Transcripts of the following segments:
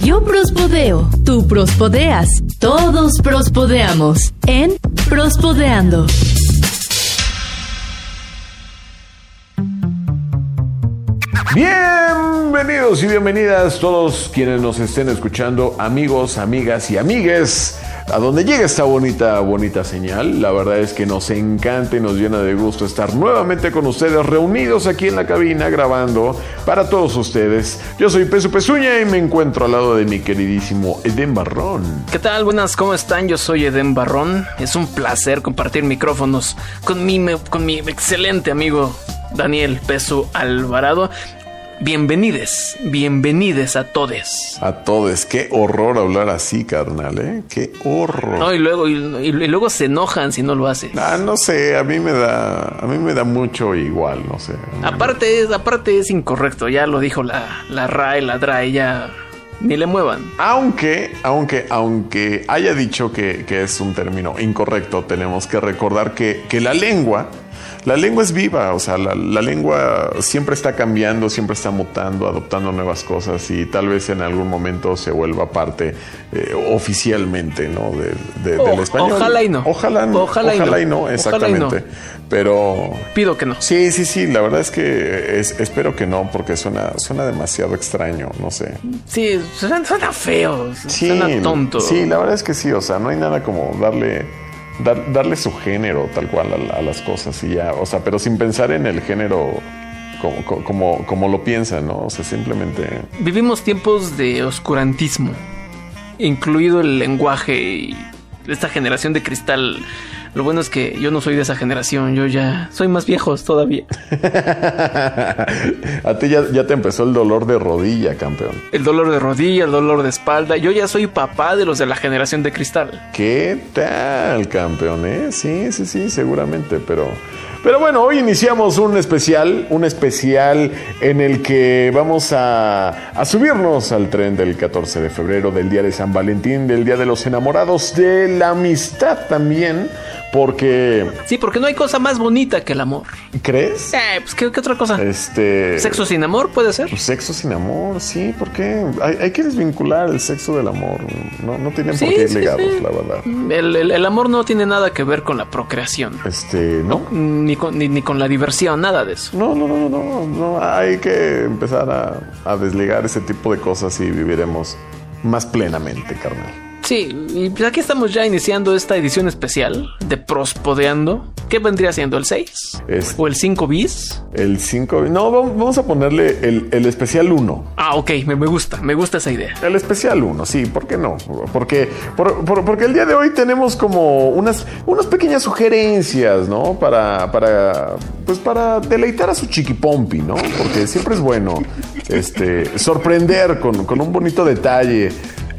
Yo prospodeo, tú prospodeas, todos prospodeamos en Prospodeando. Bienvenidos y bienvenidas todos quienes nos estén escuchando, amigos, amigas y amigues. A donde llega esta bonita, bonita señal, la verdad es que nos encanta y nos llena de gusto estar nuevamente con ustedes reunidos aquí en la cabina grabando para todos ustedes. Yo soy Peso Pezuña y me encuentro al lado de mi queridísimo Eden Barrón. ¿Qué tal? Buenas, ¿cómo están? Yo soy Eden Barrón. Es un placer compartir micrófonos con mi, me- con mi excelente amigo Daniel Peso Alvarado. Bienvenides, bienvenides a todos. A todos, qué horror hablar así, carnal, ¿eh? Qué horror. No, y luego, y, y- y luego se enojan si no lo haces. Ah, no sé, a mí me da, a mí me da mucho igual, no sé. Ah, Aparte es, aparte es incorrecto, ya lo dijo la, la RAE, la DRAE, ya ni le muevan. Aunque, aunque, aunque haya dicho que, que es un término incorrecto, tenemos que recordar que, que la lengua, la lengua es viva, o sea, la, la lengua siempre está cambiando, siempre está mutando, adoptando nuevas cosas y tal vez en algún momento se vuelva parte eh, oficialmente, ¿no? De, de- del O- español. ojalá y no. Ojalá, no, Ojalá y no. ojalá y no, Ojalá y no. exactamente. Pero Pido que no. Sí, sí, sí, la verdad es que es- espero que no, porque suena, suena demasiado extraño, no sé. Sí, suena, suena feo, Sí, suena tonto. Sí, la verdad es que sí, o sea, no hay nada como darle, dar- darle su género tal cual a la- a, las cosas y ya, o sea, pero sin pensar en el género como, co- como, como lo piensan, ¿no? O sea, simplemente... Vivimos tiempos de oscurantismo, incluido el lenguaje y esta generación de cristal. Lo bueno es que yo no soy de esa generación, yo ya soy más viejos todavía. a ti ya, ya te empezó el dolor de rodilla, campeón. El dolor de rodilla, el dolor de espalda, yo ya soy papá de los de la generación de cristal. ¿Qué tal, campeón? eh? Sí, sí, sí, seguramente, pero... Pero bueno, hoy iniciamos un especial, un especial en el que vamos a, a subirnos al tren del 14 de febrero, del Día de San Valentín, del Día de los Enamorados, de la Amistad también, porque... Sí, porque no hay cosa más bonita que el amor. ¿Crees? Eh, pues ¿qué, qué otra cosa? Este... ¿Sexo sin amor puede ser? Sexo sin amor, sí, porque hay, hay que desvincular el sexo del amor. No, no tienen por Sí, qué ir sí, ligados, sí. la verdad. El, el- el amor no tiene nada que ver con la procreación, Este, ¿no? ni con, ni- ni con la diversión, nada de eso. No, no, no, no, no, no, hay que empezar a, a desligar ese tipo de cosas y viviremos más plenamente, carnal. Sí, y pues aquí estamos ya iniciando esta edición especial de Prospodeando. ¿Qué vendría siendo el 6? Es- ¿O el 5 bis? El 5, no, vam- vamos a ponerle el, el especial 1. Ah, ok, me, me gusta, me gusta esa idea. El especial 1, sí, ¿por qué no? Porque, por- por- porque el día de hoy tenemos como unas, unas pequeñas sugerencias, ¿no? Para, para, pues para deleitar a su chiquipompi, ¿no? Porque siempre es bueno este, sorprender con, con un bonito detalle,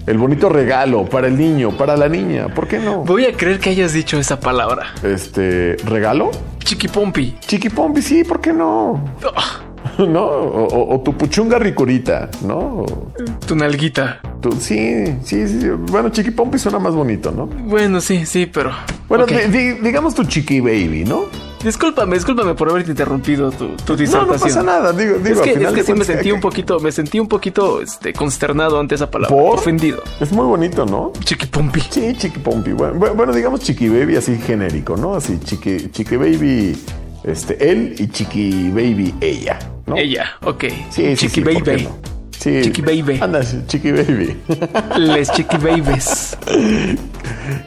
el bonito regalo para el niño, para la niña, ¿por qué no? Voy a creer que hayas dicho esa palabra. Este, ¿regalo? Chiquipompi. Chiquipompi, sí, ¿por qué no? Ah, ¿No? O, o- o tu puchunga ricurita, ¿no? O tu nalguita. tu- sí, sí, sí. Bueno, chiquipompi suena más bonito, ¿no? Bueno, sí, sí, pero... Bueno, ok. di- di- digamos tu chiqui baby, ¿no? Discúlpame, discúlpame por haberte interrumpido No, tu, tu no disertación. pasa nada. Digo, digo, es que, al final es que de sí me cuentas, sentí que- un poquito, me sentí un poquito este, consternado ante esa palabra. ¿Por? Ofendido. Es muy bonito, ¿no? Chiquipompi. Sí, chiquipompi. Bueno, bu- bueno, digamos chiqui baby así genérico, ¿no? Así chiqui, chiqui baby, este, él y chiqui baby ella, ¿no? Ella, ok. Sí, sí, Chiqui sí, ¿por qué baby. no? Sí. Chiqui baby. Anda, chiqui baby. Les chiqui babies.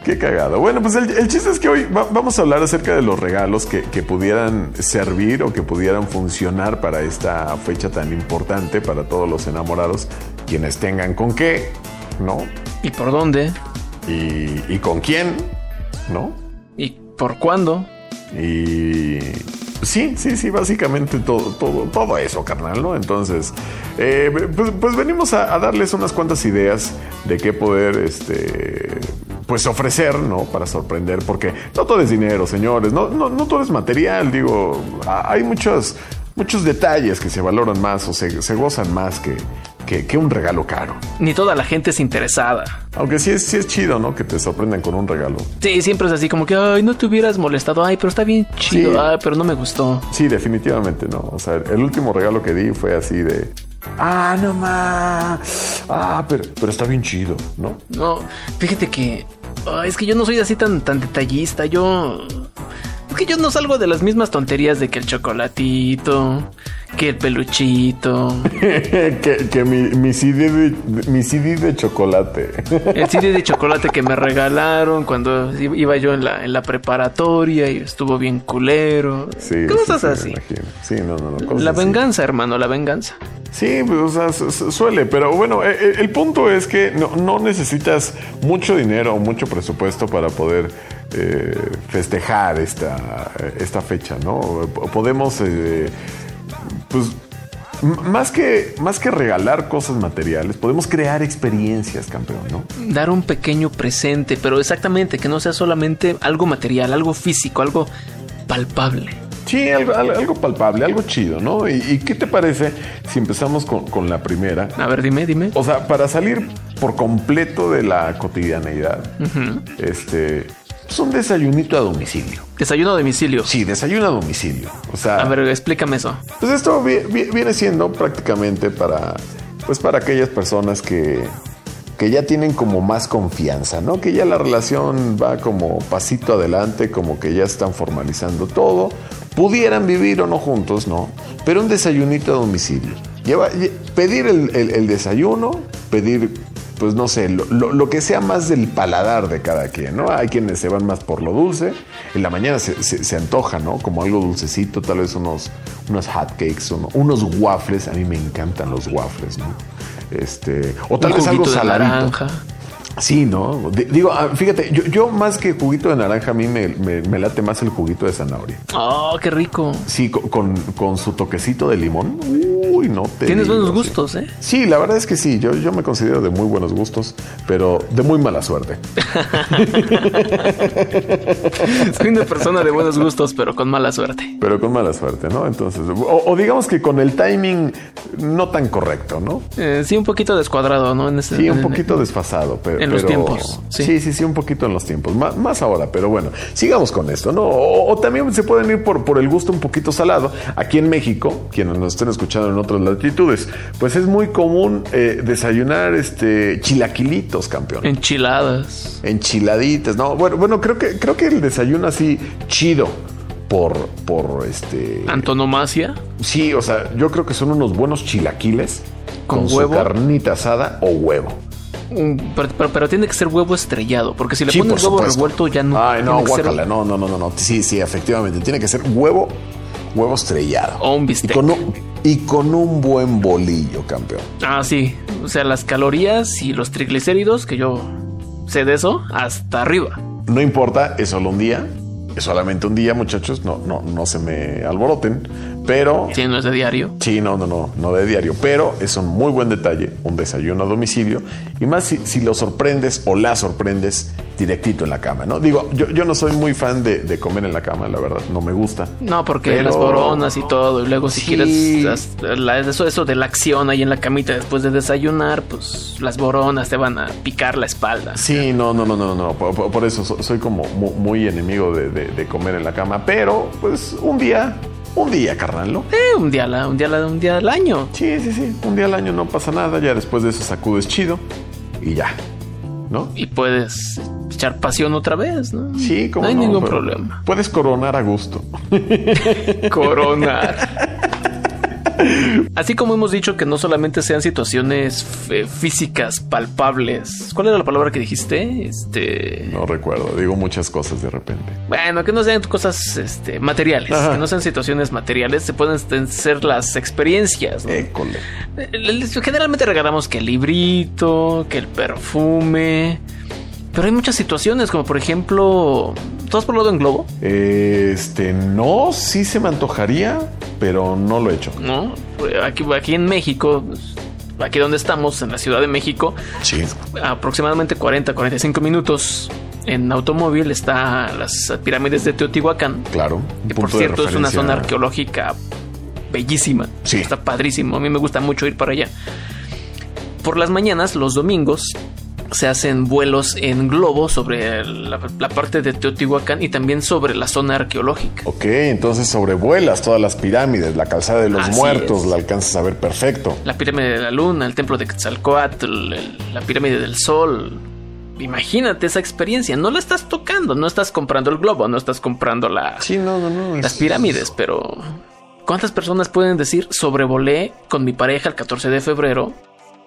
Qué cagado. Bueno, pues el, el chiste es que hoy va- vamos a hablar acerca de los regalos que, que pudieran servir o que pudieran funcionar para esta fecha tan importante para todos los enamorados, quienes tengan con qué, ¿no? ¿Y por dónde? Y, y con quién, ¿no? ¿Y por cuándo? Y sí, sí, sí, básicamente todo, todo, todo eso, carnal, ¿no? Entonces, eh, pues, pues venimos a, a darles unas cuantas ideas de qué poder, este, pues ofrecer, ¿no? Para sorprender, porque no todo es dinero, señores, no, no, no todo es material, digo, a- hay muchos, muchos detalles que se valoran más o se, se gozan más que, que, que un regalo caro. Ni toda la gente es interesada. Aunque sí es, sí es chido, ¿no? Que te sorprendan con un regalo. Sí, siempre es así como que, ay, no te hubieras molestado. Ay, pero está bien chido. Sí. Ay, pero no me gustó. Sí, definitivamente no. O sea, el último regalo que di fue así de. Ah, no más. Ah, pero, pero está bien chido, ¿no? No, fíjate que. ah, es que yo no soy así tan, tan detallista. Yo. Es que yo no salgo de las mismas tonterías de que el chocolatito, que el peluchito, que que mi, mi CD de, mi CD de chocolate. el CD de chocolate que me regalaron cuando iba yo en la, en la preparatoria y estuvo bien culero. Sí, Cosas sí, sí, así. me imagino. Sí, no, no, no. cosas La así. venganza, hermano, la venganza. Sí, pues, o sea, su- su- suele, pero bueno, eh, eh, el punto es que no, no necesitas mucho dinero o mucho presupuesto para poder eh, festejar esta, esta fecha, ¿no? P- Podemos, eh, pues, m- más que, más que regalar cosas materiales, podemos crear experiencias, campeón, ¿no? Dar un pequeño presente, pero exactamente, que no sea solamente algo material, algo físico, algo palpable. Sí, algo, algo- algo palpable, algo chido, ¿no? ¿Y, y qué te parece si empezamos con, con la primera? A ver, dime, dime. O sea, para salir por completo de la cotidianeidad, este, es un desayunito a domicilio. Desayuno a domicilio. Sí, desayuno a domicilio. O sea, A ver, explícame eso. pues esto vi- vi- viene siendo prácticamente para, pues para aquellas personas que, que ya tienen como más confianza, ¿no? Que ya la relación va como pasito adelante, como que ya están formalizando todo. Pudieran vivir o no juntos, ¿no? Pero un desayunito a domicilio. Lleva- lle- pedir el, el- el desayuno, pedir, pues no sé, lo, lo- lo que sea más del paladar de cada quien, ¿no? Hay quienes se van más por lo dulce. En la mañana se, se- se antoja, ¿no? Como algo dulcecito, tal vez unos, unos hotcakes, uno- unos waffles. A mí me encantan los waffles, ¿no? Este, o tal Un vez algo juguito de saladito. naranja. Sí, ¿no? D- digo, ah, fíjate, yo, yo más que juguito de naranja, a mí me, me- me late más el juguito de zanahoria. Oh, qué rico. Sí, co- con, con su toquecito de limón. Uy, no te Tienes digo, buenos sí. gustos, ¿eh? Sí, la verdad es que sí, yo, yo me considero de muy buenos gustos, pero de muy mala suerte. Soy una persona de buenos gustos, pero con mala suerte. Pero con mala suerte, ¿no? Entonces, o, o digamos que con el timing no tan correcto, ¿no? Eh, sí, un poquito descuadrado, ¿no? En ese, Sí, un en- poquito desfasado, pero... en los pero- tiempos, sí. Sí. sí, sí, un poquito en los tiempos. Má- más ahora, pero bueno, sigamos con esto, ¿no? O, o también se pueden ir por, por el gusto un poquito salado. Aquí en México, quienes nos estén escuchando en otras latitudes, pues es muy común eh, desayunar este chilaquilitos, campeón. Enchiladas. enchiladitas, no, bueno, bueno, creo que creo que el desayuno así chido por por este Antonomasia. sí, o sea, yo creo que son unos buenos chilaquiles ¿Con con, huevo? su carnita asada o huevo. Un- pero, pero- pero tiene que ser huevo estrellado, porque si le Sí, pones por huevo supuesto. revuelto ya no. Ay, no, tiene que ser- guácala, no, no, no, no, no. Sí, sí, efectivamente, tiene que ser huevo huevo estrellado O un y bistec. con un, y con un buen bolillo, campeón. Ah, sí. O sea, las calorías y los triglicéridos, que yo sé de eso, hasta arriba. No importa, es solo un día. Es solamente un día, muchachos, no no no se me alboroten, pero Si no es de diario. Sí, no, no, no, no de diario, pero es un muy buen detalle, un desayuno a domicilio, y más si, si lo sorprendes o la sorprendes directito en la cama, ¿no? Digo, yo, yo no soy muy fan de, de comer en la cama, la verdad, no me gusta. No, porque Pero- las boronas y todo. Y luego, si Sí. quieres las- la- eso, eso de la acción ahí en la camita después de desayunar, pues las boronas te van a picar la espalda. Sí, no, no, no, no, no, por, por- por eso so- soy como mu- muy, enemigo de, de- de comer en la cama, pero pues un día, un día, carnal, ¿no? Eh, un día, la, un, día la- un día al año. Sí, sí, sí, un día al año no pasa nada, ya después de eso sacudes chido y ya, ¿no? Y puedes echar pasión otra vez, ¿no? Sí, como No hay ningún pero problema. Puedes coronar a gusto. Coronar. Así como hemos dicho que no solamente sean situaciones eh, físicas palpables. ¿Cuál era la palabra que dijiste? Este. No recuerdo, digo muchas cosas de repente. Bueno, que no sean cosas este, materiales, Ajá. que no sean situaciones materiales, se pueden este, ser las experiencias. ¿no? École. Eh, Generalmente regalamos que el librito, que el perfume, pero hay muchas situaciones, como por ejemplo, ¿tú has probado en globo? Este, no, sí se me antojaría, pero no lo he hecho. ¿No? Eh, Aquí, aquí en México, pues, aquí donde estamos, en la Ciudad de México, Sí. aproximadamente 40-45 minutos en automóvil está las pirámides de Teotihuacán. Claro. un Que por punto de cierto es una referencia. zona arqueológica bellísima. Sí. Está padrísimo. A mí me gusta mucho ir para allá. Por las mañanas, los domingos, se hacen vuelos en globo sobre la, la parte de Teotihuacán y también sobre la zona arqueológica. Ok, entonces sobrevuelas todas las pirámides, la calzada de los Así muertos, es. la alcanzas a ver perfecto. La pirámide de la luna, el templo de Quetzalcoatl, el- la pirámide del sol. Imagínate esa experiencia, no la estás tocando, no estás comprando el globo, no estás comprando la, Sí, no, no, no. las pirámides, pero ¿cuántas personas pueden decir sobrevolé con mi pareja el 14 de febrero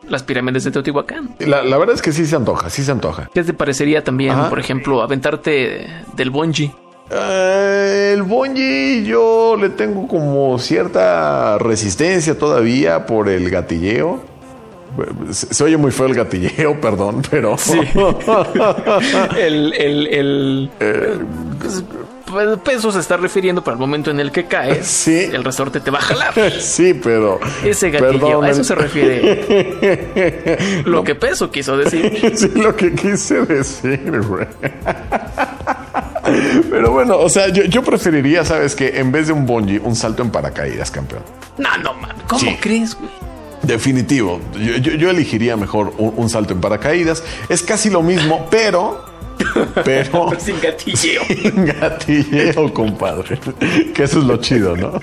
las pirámides de Teotihuacán? La, la verdad es que sí se antoja, sí se antoja. ¿Qué te parecería también, Ajá. por ejemplo, aventarte del bungee? Eh, el bungee yo le tengo como cierta resistencia todavía por el gatilleo. Se, se oye muy feo el gatilleo, perdón, pero... el, el, el- pues, pues, peso se está refiriendo para el momento en el que caes, Sí. el resorte te va a jalar. sí, pero... Ese gatillo, perdón, a eso el- se refiere. Lo que peso quiso decir. Sí, lo que quise decir, güey. Pero bueno, o sea, yo, yo preferiría, ¿sabes que En vez de un bungee, un salto en paracaídas, campeón. No, no, man. ¿Cómo Sí. crees, güey? Definitivo. Yo, yo- yo elegiría mejor un, un salto en paracaídas. Es casi lo mismo, pero... Pero... Sin gatillo. Gatilleo, compadre. Que eso es lo chido, ¿no?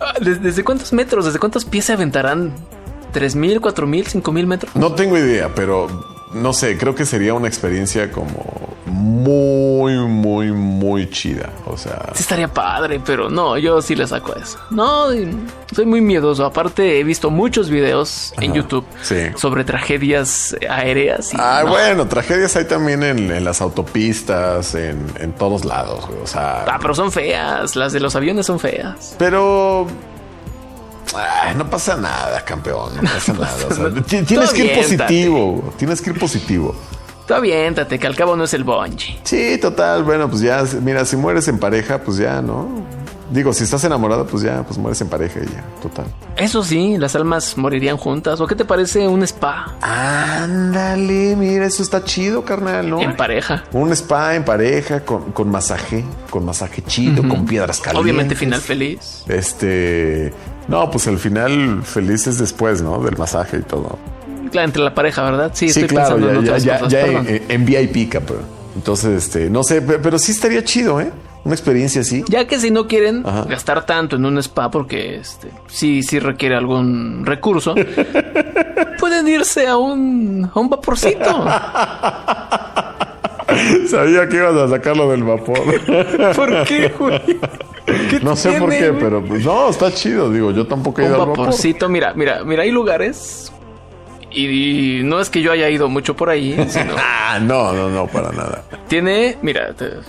Ah, ¿des- ¿Desde cuántos metros? ¿Desde cuántos pies se aventarán? ¿Tres mil, cuatro mil, cinco mil metros? No tengo idea, pero no sé, creo que sería una experiencia como muy, muy, muy chida. O sea, Sí estaría padre, pero no, yo sí le saco a eso. No, y soy muy miedoso. Aparte, he visto muchos videos en YouTube sí. sobre tragedias aéreas. y Ah, no, bueno, tragedias hay también en, en las autopistas, en, en todos lados, güey. O sea, ah, pero son feas. Las de los aviones son feas. pero. ah, no pasa nada, campeón. No pasa nada. o sea, nada. ti- tienes Tú que ir aviéntate. positivo. güey, Tienes que ir positivo. Tú aviéntate, que al cabo no es el bungee. Sí, total. Bueno, pues ya, mira, si mueres en pareja, pues ya, ¿no? Digo, si estás enamorada, pues ya, pues mueres en pareja y ya, total. Eso sí, las almas morirían juntas. ¿O qué te parece un spa Ándale, mira, eso está chido, carnal, ¿no? en pareja? Un spa en pareja con, con masaje, con masaje chido, con piedras calientes. Obviamente final feliz. Este. No, pues el final feliz es después, ¿no? Del masaje y todo. Claro, entre la pareja, ¿verdad? Sí, Sí, estoy claro, pensando en ya, otras ya, ya, cosas. ya eh. perdón. en, en VIP, cabrón. Entonces, este, no sé, pe- pero sí estaría chido, ¿eh? Una experiencia así. Ya que si no quieren Ajá. gastar tanto en un spa porque este sí sí requiere algún recurso, pueden irse a un a un vaporcito. Sabía que ibas a sacarlo del vapor. ¿Por qué, güey? ¿Qué No sé por tiene, qué, güey? pero pues, no, está chido. Digo, yo tampoco he ido un al vapor. vaporcito, mira, mira, mira, hay lugares y, y no es que yo haya ido mucho por ahí, sino Ah, no, no, no, para nada. tiene, mira, te-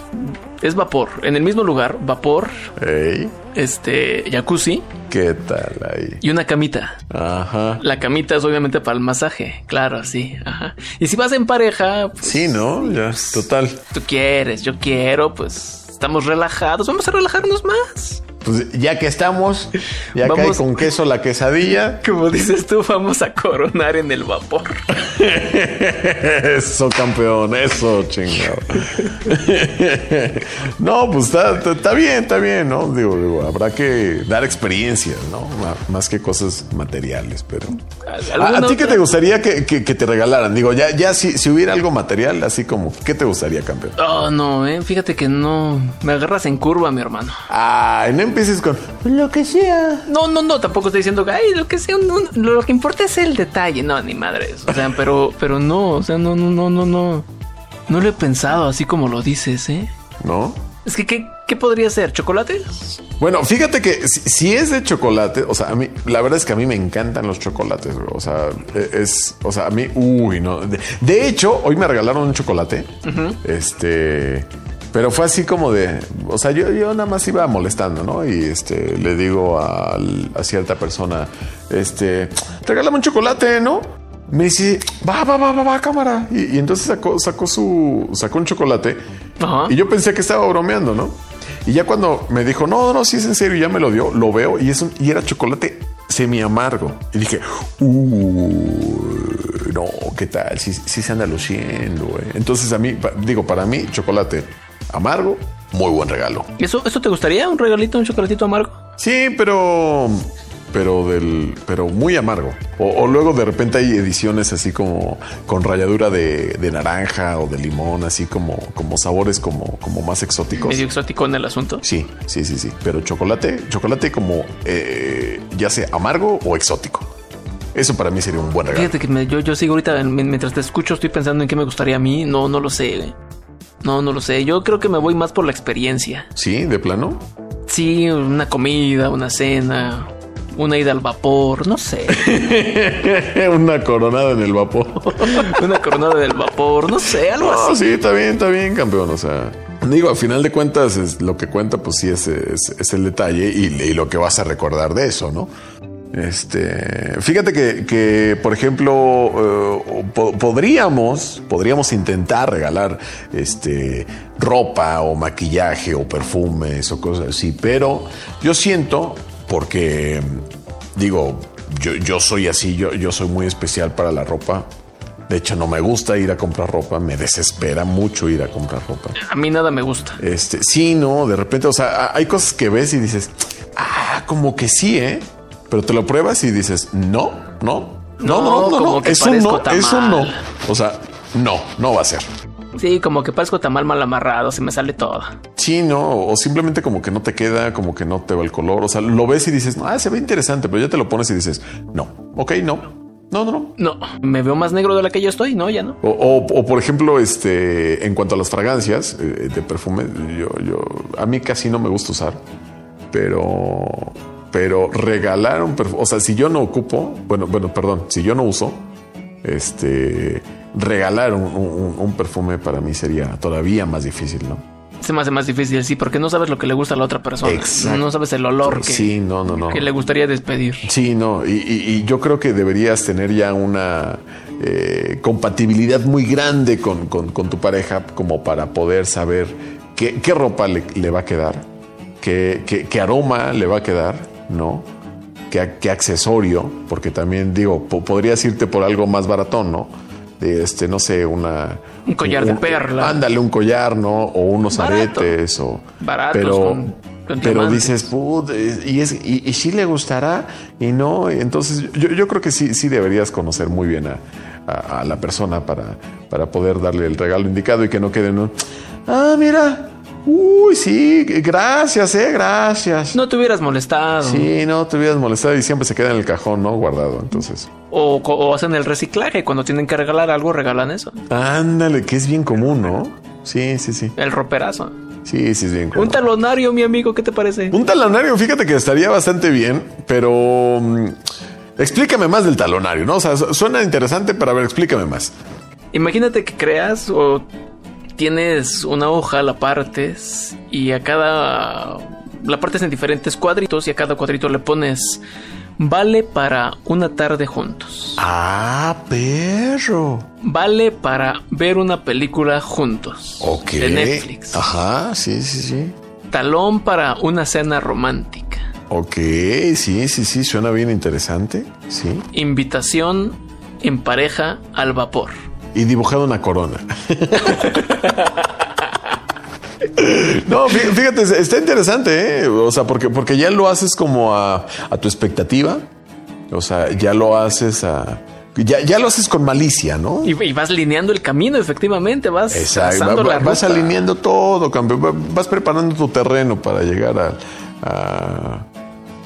es vapor, en el mismo lugar, vapor, Ey, este jacuzzi ¿qué tal ahí? y una camita. Ajá. La camita es obviamente para el masaje, claro, sí. Ajá. Y si vas en pareja, pues, Sí, ¿no? Ya, total. tú quieres, yo quiero, pues estamos relajados, vamos a relajarnos más. Pues ya que estamos, ya que hay Vamos. con queso la quesadilla. Como dices tú, vamos a coronar en el vapor. Eso, campeón, eso, chingado. no, pues está, está- está bien, está bien, ¿no? Digo, digo, habrá que dar experiencias, ¿no? Ma- Más que cosas materiales, pero. ¿A, a ¿Alguna ti qué otra? te gustaría que, que- que te regalaran? Digo, ya, ya si, si hubiera algo material, así como, ¿qué te gustaría, campeón? Oh, no, eh. Fíjate que no. Me agarras en curva, mi hermano. Ay, Ah, no empieces con lo que sea. No, no, no, tampoco estoy diciendo que ay, lo que sea, un- un- lo que importa es el detalle. No, ni madres. O sea, pero, pero no, o sea, no, no, no, no, no. No lo he pensado así como lo dices, eh. ¿No? Es que, ¿qué, qué podría ser? ¿Chocolates? Bueno, fíjate que si, si es de chocolate, o sea, a mí, la verdad es que a mí me encantan los chocolates, güey. O sea, e- es, o sea, a mí, uy, no. De, de hecho, hoy me regalaron un chocolate. Este, pero fue así como de, o sea, yo, yo nada más iba molestando, ¿no? Y este, le digo al- a, cierta persona, este, regálame un chocolate, ¿no? Me dice, va, va, va, va, va, cámara. Y, y entonces sacó, sacó su, sacó un chocolate. Ajá. Y yo pensé que estaba bromeando, ¿no? Y ya cuando me dijo, no, no, sí es en serio, y ya me lo dio, lo veo y, es un- y era chocolate semi amargo. Y dije, "Uy, no, ¿qué tal? Sí, sí se anda luciendo, eh". Entonces a mí, pa- digo, para mí, chocolate amargo, muy buen regalo. ¿Eso, ¿Eso te gustaría? ¿Un regalito, un chocolatito amargo? Sí, pero pero del, pero muy amargo. O, o luego de repente hay ediciones así como con ralladura de, de naranja o de limón, así como, como sabores como, como más exóticos. Medio exótico en el asunto. Sí, sí, sí, sí. Pero chocolate, chocolate como eh, ya sea amargo o exótico. Eso para mí sería un buen regalo. Fíjate que me- yo, yo sigo ahorita, en- mientras te escucho, estoy pensando en qué me gustaría a mí. No, no lo sé. güey. No, no lo sé. Yo creo que me voy más por la experiencia. Sí, de plano. Sí, una comida, una cena, una ida al vapor, no sé. Una coronada en el vapor. Una coronada del vapor, no sé, algo No, así. sí, está bien, está bien, campeón. O sea, digo, a final de cuentas, es, lo que cuenta, pues sí, es, es- es el detalle y, y lo que vas a recordar de eso, ¿no? Este, fíjate que, que, por ejemplo, eh, po- podríamos, podríamos intentar regalar este, ropa o maquillaje o perfumes o cosas así, pero yo siento, porque digo, yo, yo soy así, yo, yo soy muy especial para la ropa. De hecho, no me gusta ir a comprar ropa, me desespera mucho ir a comprar ropa. A mí nada me gusta. Este, sí, no, de repente, o sea, a- hay cosas que ves y dices, ah, como que sí, ¿eh? Pero te lo pruebas y dices, no, no, no, no, No, no, no, como que es un parezco no, es un no. tamal. O sea, no, no va a ser. Sí, como que parezco tamal mal amarrado, se me sale todo. Sí, no, o simplemente como que no te queda, como que no te va el color, o sea, lo ves y dices, ah, se ve interesante, pero ya te lo pones y dices, no, ok, no, no, no, no. No, me veo más negro de la que yo estoy, no, ya no. O, o- o, por ejemplo, este, en cuanto a las fragancias eh, de perfume, yo, yo, a mí casi no me gusta usar, pero, pero regalar un perfume, o sea, si yo no ocupo, bueno, bueno, perdón, si yo no uso, este, regalar un, un- un perfume para mí sería todavía más difícil, ¿no? Se me hace más difícil, sí, porque no sabes lo que le gusta a la otra persona. Exacto. No sabes el olor que, sí, no, no, no. que le gustaría despedir. Sí, no, y, y- y yo creo que deberías tener ya una eh, compatibilidad muy grande con, con- con tu pareja como para poder saber qué, qué ropa le, le va a quedar, qué, qué- qué aroma le va a quedar, ¿no? Qué, qué accesorio, porque también digo, po- podrías irte por algo más baratón, ¿no? De Este, no sé, una... Un collar de perla. Ándale, un collar, ¿no? O unos Barato. aretes, o... Baratos pero, con- con pero diamantes. dices, dices, "Put, eh, y, es, y, y sí le gustará y no. Entonces, yo, yo creo que sí, sí deberías conocer muy bien a, a- a la persona para, para poder darle el regalo indicado y que no quede en un. Ah, mira. Uy, sí, gracias, eh, gracias. No te hubieras molestado. Sí, no te hubieras molestado y siempre se queda en el cajón, ¿no? Guardado. Entonces, O, co- o hacen el reciclaje. Cuando tienen que regalar algo, regalan eso. ándale, que es bien común, ¿no? Sí, sí, sí. El roperazo. Sí, sí, es bien común. Un talonario, mi amigo, ¿qué te parece? Un talonario, fíjate que estaría bastante bien, pero mm, explícame más del talonario, ¿no? O sea, su- suena interesante, pero a ver, explícame más. Imagínate que creas o tienes una hoja, la partes y a cada... La partes en diferentes cuadritos y a cada cuadrito le pones... Vale para una tarde juntos. Ah, perro. Vale para ver una película juntos. Ok. Ah. De Netflix. Ajá, sí, sí, sí. Talón para una cena romántica. Ok, sí, sí, sí, suena bien interesante. Sí. Invitación en pareja al vapor. Y dibujado una corona. No, fí- fíjate, está interesante, ¿eh? O sea, porque, porque ya lo haces como a, a tu expectativa. O sea, ya lo haces a. Ya, ya lo haces con malicia, ¿no? Y, y vas lineando el camino, efectivamente. Vas Exacto. trazando Va- va- la vas ruta. alineando todo, campeón. Va- Vas preparando tu terreno para llegar al- a-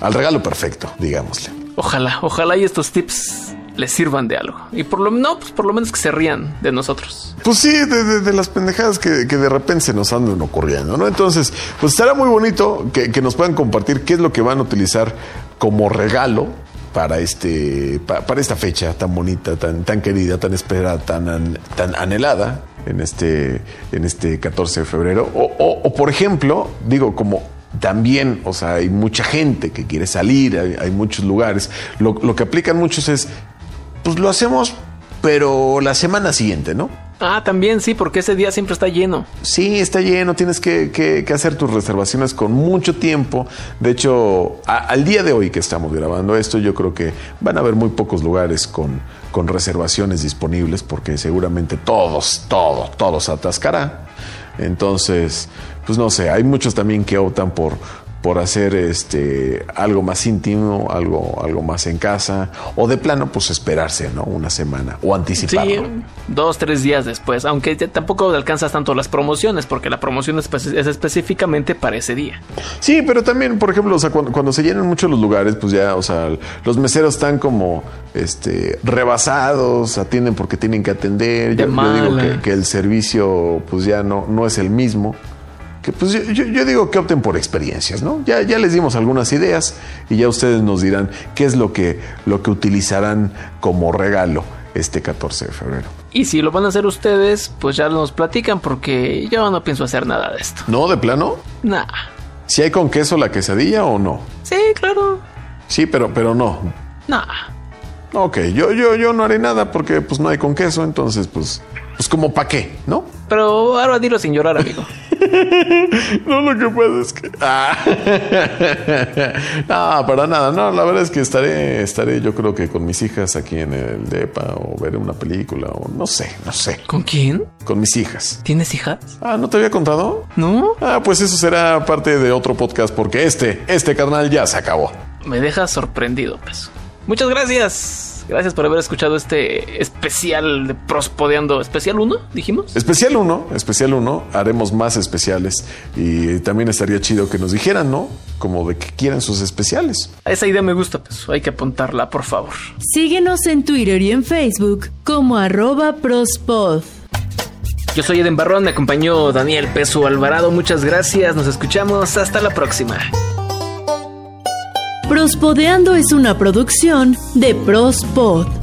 al regalo perfecto, digámosle. Ojalá, ojalá y estos tips les sirvan de algo. Y por lo no, pues por lo menos que se rían de nosotros. Pues sí, de, de- de las pendejadas que, que de repente se nos andan ocurriendo, ¿no? Entonces, pues estará muy bonito que, que nos puedan compartir qué es lo que van a utilizar como regalo para este pa- para esta fecha tan bonita, tan tan querida, tan esperada, tan an- tan anhelada en este en este 14 de febrero o, o- o, por ejemplo, digo como también, o sea, hay mucha gente que quiere salir, hay, hay muchos lugares. Lo, lo que aplican muchos es, pues lo hacemos, pero la semana siguiente, ¿no? Ah, también sí, porque ese día siempre está lleno. Sí, está lleno, tienes que, que- que hacer tus reservaciones con mucho tiempo. De hecho, a- al día de hoy que estamos grabando esto, yo creo que van a haber muy pocos lugares con, con reservaciones disponibles porque seguramente todos, todos, todos se atascará. Entonces, pues no sé, hay muchos también que optan por, por hacer este algo más íntimo, algo, algo más en casa, o de plano, pues esperarse, ¿no? Una semana o anticiparlo. Sí, dos, tres días después, aunque ya tampoco alcanzas tanto las promociones, porque la promoción es, es específicamente para ese día. Sí, pero también, por ejemplo, o sea, cuando, cuando, se llenan mucho los lugares, pues ya, o sea, los meseros están como este rebasados, atienden porque tienen que atender. Yo, yo, digo que, que, el servicio, pues ya no, no es el mismo que pues yo, yo, digo que opten por experiencias, ¿no? Ya, ya les dimos algunas ideas y ya ustedes nos dirán qué es lo que, lo que utilizarán como regalo este 14 de febrero. Y si lo van a hacer ustedes, pues ya nos platican porque yo no pienso hacer nada de esto. ¿No? ¿De plano? Nah. ¿Si ¿Sí hay con queso la quesadilla o no? Sí, claro. Sí, pero, pero no. Nah. Ok, yo, yo, yo no haré nada porque pues no hay con queso, entonces pues, pues como pa' qué, ¿no? Pero ahora dilo sin llorar, amigo. no, lo que pasa es que. Ah. no, para nada. No, la verdad es que estaré, estaré, yo creo que con mis hijas aquí en el DEPA o veré una película o no sé, no sé. ¿Con quién? Con mis hijas. ¿Tienes hijas? Ah, ¿no te había contado? No. Ah, pues eso será parte de otro podcast porque este, este carnal ya se acabó. Me deja sorprendido, pues. Muchas gracias. Gracias por haber escuchado este especial de Prospodeando. ¿Especial 1? Dijimos. Especial 1, especial 1. Haremos más especiales y también estaría chido que nos dijeran, ¿no? Como de que quieren sus especiales. Esa idea me gusta, pues hay que apuntarla, por favor. Síguenos en Twitter y en Facebook como arroba prospod. Yo soy Eden Barrón, me acompañó Daniel Peso Alvarado. Muchas gracias, nos escuchamos. Hasta la próxima. Prospodeando es una producción de Prospod.